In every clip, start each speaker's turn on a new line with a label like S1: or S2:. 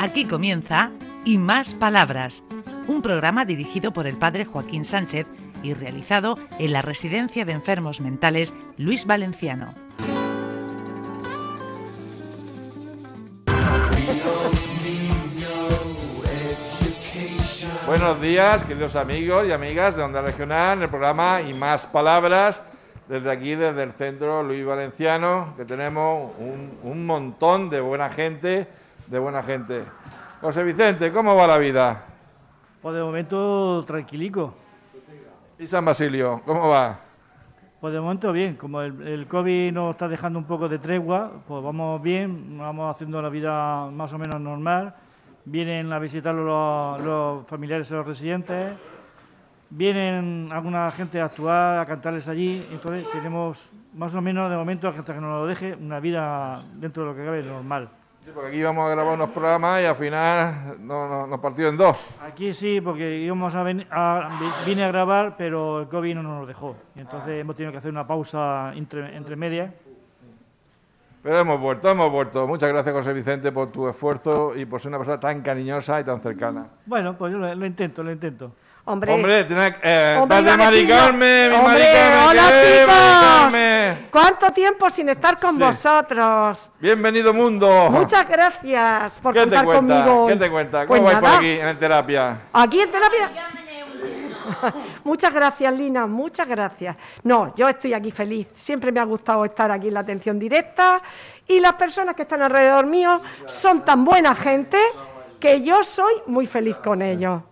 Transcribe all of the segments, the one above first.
S1: Aquí comienza Y Más Palabras, un programa dirigido por el padre Joaquín Sánchez y realizado en la Residencia de Enfermos Mentales Luis Valenciano.
S2: Buenos días, queridos amigos y amigas de Onda Regional, el programa y más palabras. Desde aquí, desde el centro Luis Valenciano, que tenemos un, un montón de buena gente, de buena gente. José Vicente, ¿cómo va la vida?
S3: Pues de momento tranquilico.
S2: Y San Basilio, ¿cómo va?
S3: Pues de momento bien, como el, el COVID nos está dejando un poco de tregua, pues vamos bien, vamos haciendo la vida más o menos normal. Vienen a visitar los, los familiares de los residentes, vienen alguna gente a actuar, a cantarles allí. Entonces tenemos más o menos de momento, hasta que nos lo deje, una vida dentro de lo que cabe normal.
S2: Sí, porque aquí íbamos a grabar unos programas y al final no- no- nos partió en dos.
S3: Aquí sí, porque íbamos a, ven- a- vi- vine a grabar, pero el COVID no nos lo dejó. Y entonces hemos tenido que hacer una pausa entre, entre medias.
S2: Pero hemos vuelto, hemos vuelto. Muchas gracias, José Vicente, por tu esfuerzo y por ser una persona tan cariñosa y tan cercana.
S3: Bueno, pues yo lo, lo intento, lo intento.
S4: Hombre,
S2: Hombre, tiene eh,
S4: Hombre,
S2: estás de
S4: iba a
S2: Mari
S4: decirlo.
S2: Carmen, mi
S4: Hombre,
S2: Mari Carmen,
S4: hola,
S2: ¿qué?
S4: chicos.
S2: Mari Carmen.
S4: ¿cuánto tiempo sin estar con
S2: Sí.
S4: vosotros?
S2: Bienvenido mundo.
S4: Muchas gracias por
S2: ¿Qué te
S4: contar
S2: cuenta?
S4: conmigo. hoy.
S2: ¿Qué te cuenta? ¿Cómo
S4: Pues
S2: vais por
S4: nada,
S2: aquí en terapia?
S4: Aquí en terapia. muchas gracias, Lina, muchas gracias. No, yo estoy aquí feliz. Siempre me ha gustado estar aquí en la atención directa y las personas que están alrededor mío son tan buena gente que yo soy muy feliz con ellos.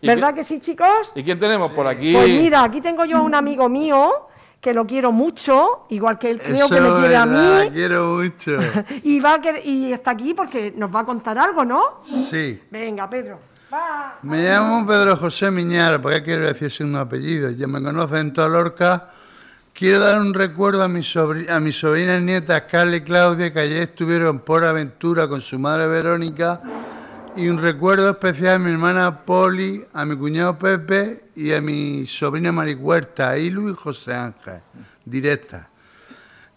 S2: ¿Y
S4: ¿Verdad
S2: qué-
S4: que sí, chicos?
S2: ¿Y quién tenemos por aquí?
S4: Pues mira, aquí tengo yo a un amigo mío que lo quiero mucho, igual que él creo que me
S5: es
S4: quiere a
S5: verdad,
S4: mí.
S5: quiero mucho.
S4: Y, va a quer- y está aquí porque nos va a contar algo, ¿no?
S5: Sí.
S4: Venga, Pedro. Va.
S5: Me llamo Pedro José Miñar, porque quiero decir un apellido. Ya me conocen en toda Lorca. Quiero dar un recuerdo a, mi sobri- a mis sobrinas nietas Carla y Claudia, que ayer estuvieron por aventura con su madre Verónica. Y un recuerdo especial a mi hermana Poli, a mi cuñado Pepe y a mi sobrina Maricuerta, Ilu y José Ángel, directa.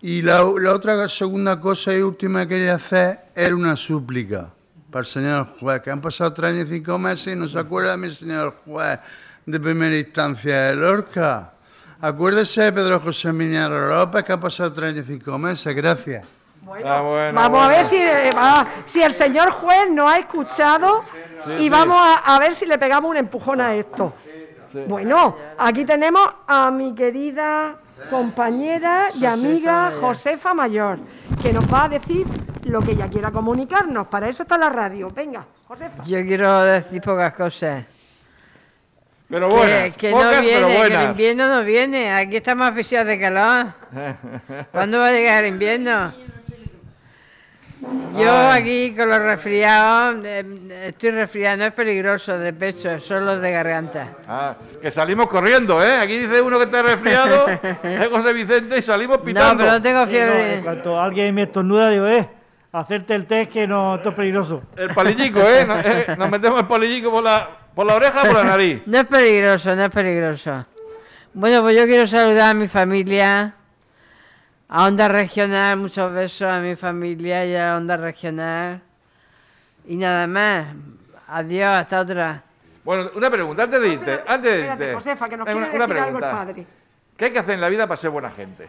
S5: Y la, la otra segunda cosa y última que quería hacer era una súplica para el señor juez, que han pasado tres años y cinco meses y no se acuerda de mi señor juez de primera instancia de Lorca. Acuérdese de Pedro José Miñaro López, que ha pasado tres años y cinco meses. Gracias.
S2: Ah, bueno,
S4: vamos a
S2: bueno.
S4: ver si, eh, va- si el señor juez nos ha escuchado y
S2: sí.
S4: vamos a, a ver si le pegamos un empujón a esto.
S2: Sí.
S4: Bueno, aquí tenemos a mi querida compañera y amiga Josefa Mayor, que nos va a decir lo que ella quiera comunicarnos. Para eso está la radio. Venga, Josefa.
S6: Yo quiero decir pocas cosas.
S2: Pero buenas,
S6: que que
S2: pocas
S6: no viene,
S2: pero
S6: que el
S2: buenas.
S6: invierno no viene. Aquí estamos asfixiados de calor. ¿Cuándo va a llegar el invierno? Yo aquí con los resfriados, eh, estoy resfriado, no es peligroso de pecho, son los de garganta.
S2: Ah, que salimos corriendo, ¿eh? Aquí dice uno que está resfriado, es José Vicente, y salimos pitando.
S6: No, pero no eh, tengo
S3: Sí, no, en
S6: fiebre.
S3: cuanto alguien me estornuda, digo, eh, hacerte el test que no, esto es peligroso.
S2: El palillico, ¿eh? Nos, eh, nos metemos el palillico por la, por la oreja o por la nariz.
S6: No es peligroso, no es peligroso. Bueno, pues yo quiero saludar a mi familia, a Onda Regional, muchos besos a mi familia y a Onda Regional. Y nada más. Adiós, hasta otra.
S2: Bueno, una pregunta, antes de irte.
S4: Espérate,
S2: Antes de
S4: espérate,
S2: irte.
S4: Josefa, que nos
S2: Eh,
S4: quiere decir algo el padre.
S2: ¿Qué hay que hacer en la vida para ser buena gente?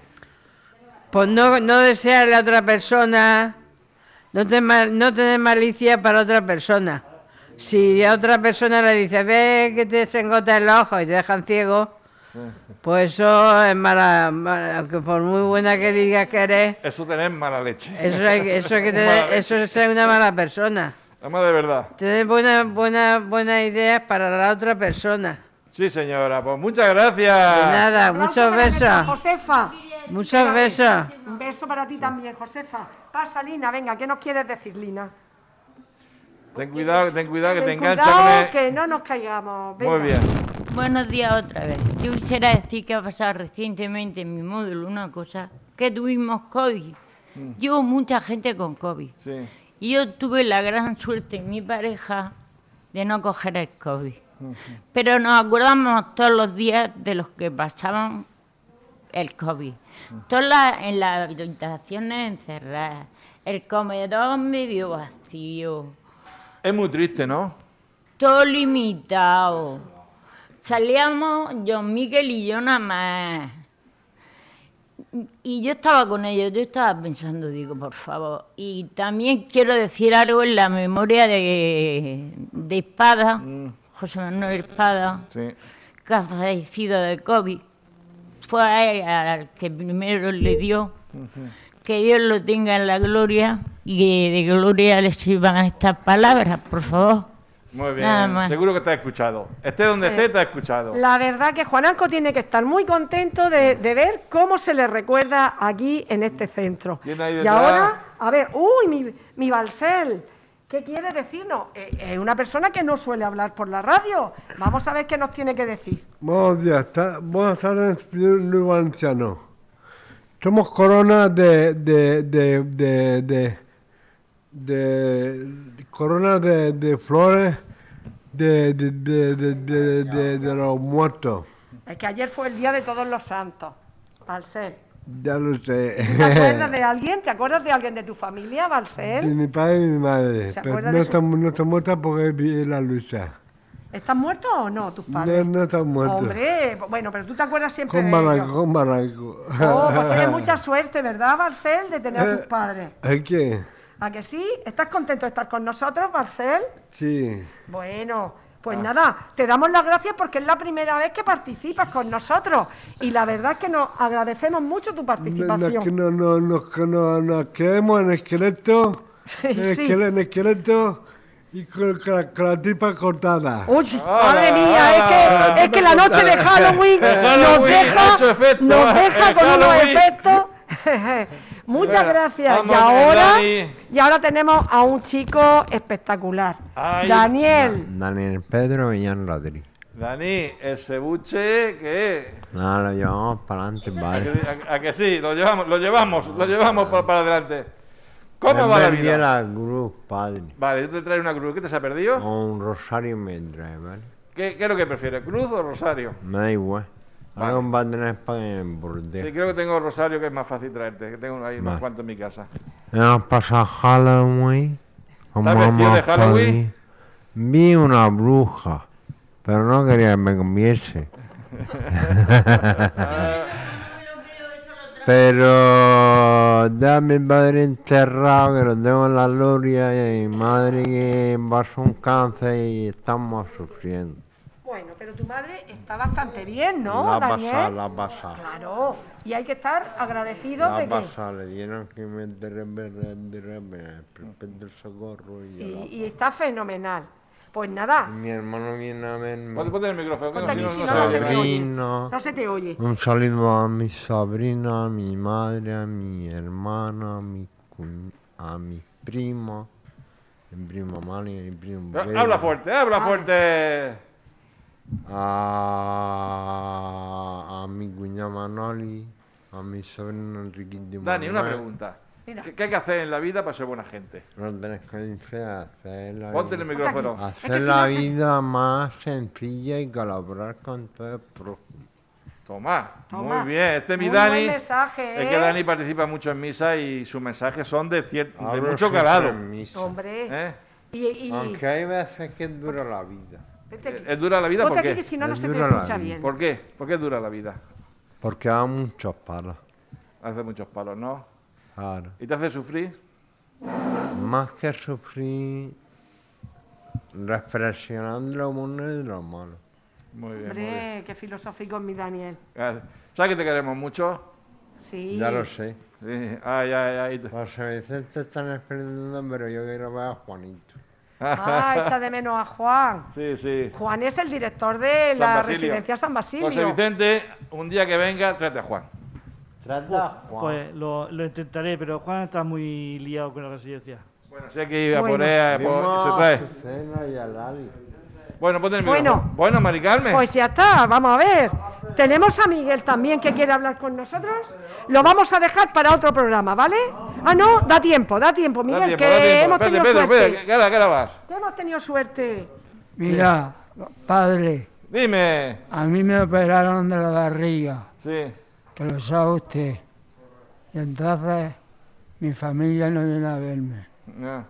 S6: Pues no, no desearle a otra persona, no, te ma- no tener malicia para otra persona. Si a otra persona le dices, ve que te se engota el ojo y te dejan ciego, pues eso es mala, mala- aunque por muy buena que digas que eres,
S2: Eso tener mala leche.
S6: eso es, eso es que te-
S2: Mala leche.
S6: eso es ser una mala persona.
S2: Vamos de verdad.
S6: Tener buenas buenas buenas ideas para la otra persona.
S2: Sí, señora, pues muchas gracias.
S6: De nada,
S4: Aplauso
S6: muchos
S4: para nuestra
S6: besos,
S4: Josefa.
S6: muchos besos.
S4: Un beso para ti también, Josefa. Pasa, Lina, venga, ¿qué nos quieres decir, Lina?
S2: Ten cuidado, ten cuidado que te
S4: Ten
S2: engancha
S4: cuidado,
S2: con el-
S4: que no nos caigamos. Venga.
S2: Muy bien.
S7: Buenos días otra vez. Yo quisiera decir que ha pasado recientemente en mi módulo una cosa, que tuvimos COVID. Yo mucha gente con COVID.
S2: Sí.
S7: Y yo tuve la gran suerte en mi pareja de no coger el COVID. Pero nos acordamos todos los días de los que pasaban el COVID. Todas las- en las habitaciones encerradas, el comedor medio vacío.
S2: Es muy triste, ¿no?
S7: Todo limitado. Salíamos yo, Miguel y yo nada más. Y yo estaba con ellos, yo estaba pensando, digo, por favor. Y también quiero decir algo en la memoria de, de Espada, José Manuel Espada,
S2: Sí.
S7: que ha fallecido de COVID. Fue a él al que primero le dio. Que Dios lo tenga en la gloria y que de gloria le sirvan estas palabras, por favor.
S2: Muy
S7: Nada
S2: bien.
S7: más.
S2: Seguro que te ha escuchado. Esté donde esté, te ha escuchado.
S4: La verdad que Juananco tiene que estar muy contento de, de ver cómo se le recuerda aquí en este centro.
S2: ¿Quién hay
S4: y
S2: detrás?
S4: ahora, a ver, uy, mi, mi Balsel, ¿qué quiere decirnos? Eh, Es una persona que no suele hablar por la radio. Vamos a ver qué nos tiene que decir.
S8: Buenos días, ta- buenas tardes, señor Luis Valenciano. Somos corona de, de, de, de, de, de- corona de, de flores de, de, de, de, de- de- de los muertos.
S4: Es que ayer fue el Día de Todos los Santos, Balsel.
S8: Ya lo sé.
S4: ¿Te acuerdas de alguien? ¿Te acuerdas de alguien de tu familia,
S8: De
S4: Balsel?
S8: mi padre y mi madre.
S4: ¿Se
S8: Pero
S4: acuerda
S8: no
S4: de su-
S8: está, no está muerta porque vi la lucha.
S4: ¿Están muertos o no tus
S8: No,
S4: padres?
S8: no está muerta.
S4: Hombre, bueno, pero tú te acuerdas siempre
S8: Con
S4: de ellos.
S8: Barranco, con Barranco.
S4: Oh, pues tienes mucha suerte, ¿verdad, Marcel, de tener a
S8: Eh.
S4: tus padres?
S8: ¿A qué?
S4: ¿A que sí? ¿Estás contento de estar con nosotros, Marcel?
S8: Sí.
S4: Bueno,
S8: Ah.
S4: pues nada, te damos las gracias porque es la primera vez que participas con nosotros y la verdad es que nos agradecemos mucho tu
S8: No, no, que
S4: participación.
S8: no, no, no, que no, nos quedemos en esqueleto,
S4: Sí,
S8: en,
S4: sí.
S8: esquele- en esqueleto y con, con la, con la tripa cortada.
S4: Uy, madre mía, es que, es que la noche de Halloween
S2: El
S4: nos
S2: Halloween ha
S4: deja,
S2: hecho efecto,
S4: nos deja
S2: el
S4: con unos
S2: Halloween.
S4: efectos. Muchas
S2: Bueno,
S4: gracias. Y
S2: vamos,
S4: ahora,
S2: Dani.
S4: y ahora tenemos a un chico espectacular.
S2: Ay.
S4: Daniel.
S9: Daniel Pedro Millán Rodríguez.
S2: Dani, ese buche que...
S9: Nada, lo llevamos para adelante,
S2: ¿A que,
S9: padre.
S2: a- a que sí? Lo llevamos, lo llevamos, lo llevamos pa- para, adelante. ¿Cómo
S9: Me
S2: va la
S9: perdí
S2: vida?
S9: la cruz, padre.
S2: Vale, yo te traigo una cruz. ¿Qué te se ha perdido?
S9: O un rosario me trae, ¿vale?
S2: ¿Qué, qué es lo que prefieres, cruz o rosario?
S9: Me da igual.
S2: Vale.
S9: Algo va a tener para que me bordee.
S2: Sí, creo que tengo rosario que es más fácil traerte, que tengo ahí unos
S9: Vale.
S2: cuantos en mi casa.
S9: Hemos pasado Halloween. como
S2: vestido
S9: hemos
S2: de Halloween?
S9: podido. Vi una bruja, pero no quería que me comiese. pero da a mi padre enterrado que lo tengo en la gloria y mi madre que pasó un cáncer y estamos sufriendo.
S4: Bueno, pero tu madre está bastante bien, ¿no,
S9: la
S4: Daniel?
S9: pasa, la pasa.
S4: Claro, y hay que estar agradecidos
S9: La
S4: de que...
S9: pasa, le dieron que me enterré, me enterré, el socorro y,
S4: Y,
S9: ya la Mm,
S4: y está fenomenal. Pues nada,
S9: Mi hermano viene a verme.
S2: Ponte, ponte el micrófono, que no,
S4: ponte
S2: si
S4: aquí
S2: no,
S4: si no,
S2: no se
S4: no
S2: oye
S4: se te
S2: nada.
S4: oye.
S9: Sobrino. ¿Eh?
S4: No se te oye.
S9: Un saludo a mi sobrina, a mi madre, a mi hermana, a mi cuñ- a mis primos, mi primo Mani, mi primo Pedro,
S2: Ah, Habla fuerte,
S4: Ah.
S2: habla fuerte.
S9: A, a mi cuñada Manoli, a mi sobrino Enriquito
S2: Dani, una
S9: Manuel.
S2: pregunta.
S4: Mira.
S2: ¿Qué, qué hay que hacer en la vida para ser buena gente?
S9: No tenés que decir, hacer la
S2: Ponte el
S9: vida-
S2: micrófono.
S9: hacer
S4: Es que si
S9: la
S4: no se-
S9: vida más sencilla y colaborar con todo el prójimo.
S2: Tomás,
S4: Toma.
S2: muy bien. Este es mi
S4: Muy
S2: Dani.
S4: buen mensaje,
S2: Es que
S4: ¿eh?
S2: Dani participa mucho en misa y sus mensajes son de, cier- de
S9: Hablo
S2: mucho
S9: siempre
S2: calado.
S9: en misa.
S4: Hombre,
S2: ¿eh?
S4: y... y-
S9: Aunque hay veces que dura la vida.
S4: vete aquí.
S2: ¿Es dura la vida?
S4: Ponte
S2: ¿Por
S4: aquí que
S2: qué?
S4: si no, no se te
S9: Dura la
S4: escucha
S9: vida.
S4: bien.
S2: ¿Por qué? ¿Por qué es dura la vida?
S9: Porque da muchos palos.
S2: Hace muchos palos, ¿no?
S9: Claro.
S2: ¿Y te hace sufrir?
S9: Más que sufrir reflexionando lo bueno y lo malo.
S2: Muy bien, muy bien.
S4: Hombre, qué filosófico es mi Daniel.
S2: Gracias. ¿Sabes que te queremos mucho?
S4: Sí.
S9: Ya lo sé.
S2: Sí. Ay, ay, ay.
S9: José Vicente están esperando, pero yo quiero ver a Juanito.
S4: Ah, echa de menos a Juan.
S2: Sí, sí.
S4: Juan es el director de
S2: San
S4: la
S2: Basilio.
S4: residencia San Basilio.
S2: José Vicente, un día que venga, trate a Juan.
S9: Trata a Juan.
S3: Pues lo, lo intentaré, pero Juan está muy liado con la residencia.
S2: Bueno, sé que iba a
S4: Bueno.
S2: por ella,
S9: Vimos
S2: por- se
S9: a
S2: Pues, trae.
S9: Azucena y a Lali.
S2: Bueno, ponte el
S4: Bueno.
S2: micrófono. Bueno, Mari Carmen.
S4: Pues ya está, vamos a ver. Tenemos a Miguel también que quiere hablar con nosotros. Lo vamos a dejar para otro programa, ¿vale? Ah, no, da tiempo, da tiempo,
S2: Da
S4: Miguel,
S2: tiempo,
S4: que
S2: da tiempo.
S4: hemos
S2: Espérate,
S4: tenido
S2: Pedro,
S4: suerte.
S2: Pedro, que ahora- que ahora vas.
S4: Que hemos tenido suerte.
S10: Mira, padre,
S2: Dime.
S10: a mí me operaron de la barriga,
S2: Sí.
S10: que lo sabe usted. Y entonces mi familia no viene a verme.
S2: Ya.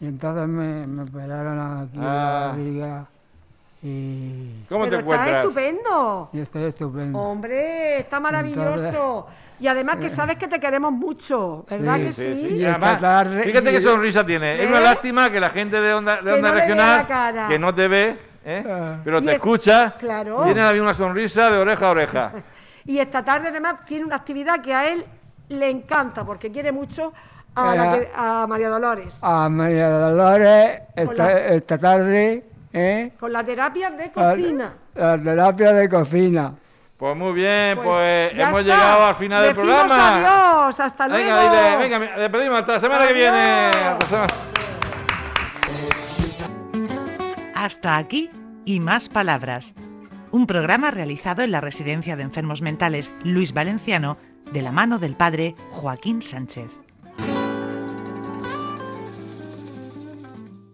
S10: Y Y entonces me, me operaron aquí de
S2: Ah.
S10: la barriga y,
S2: ¿Cómo
S4: Pero
S2: te
S4: está
S2: encuentras?
S4: estupendo.
S10: y estoy estupendo.
S4: Oh. Hombre, está maravilloso. Y además que sabes que te queremos mucho, ¿verdad que sí?
S2: Y
S10: Y
S2: además,
S10: esta tarde-
S2: Ah, fíjate
S10: y-
S2: qué sonrisa tiene. Es
S4: ¿Eh?
S2: una lástima que la gente de Onda, de
S4: Que no
S2: onda
S4: le vea la
S2: Regional,
S4: cara.
S2: que no te ve, ¿eh?
S10: Ah.
S2: pero
S4: Y
S2: te
S4: es-
S2: escucha,
S4: claro.
S2: tiene la misma sonrisa de oreja a oreja.
S4: Y esta tarde además tiene una actividad que a él le encanta porque quiere mucho a,
S10: Eh,
S4: la que- a María Dolores.
S10: A María Dolores
S4: Hola.
S10: esta, esta tarde, ¿eh?
S4: Con la terapia de
S10: La-
S4: cocina.
S10: La, terapia de cocina.
S2: Pues muy bien, pues,
S4: ya
S2: hemos
S4: está.
S2: llegado al final del
S4: Decimos
S2: programa.
S4: Adiós, hasta luego.
S2: Venga, dile, venga, me- despedimos hasta la semana que
S4: Adiós.
S2: viene. Hasta semana-
S1: Hasta aquí y más palabras. Un programa realizado en la Residencia de Enfermos Mentales Luis Valenciano de la mano del padre Joaquín Sánchez.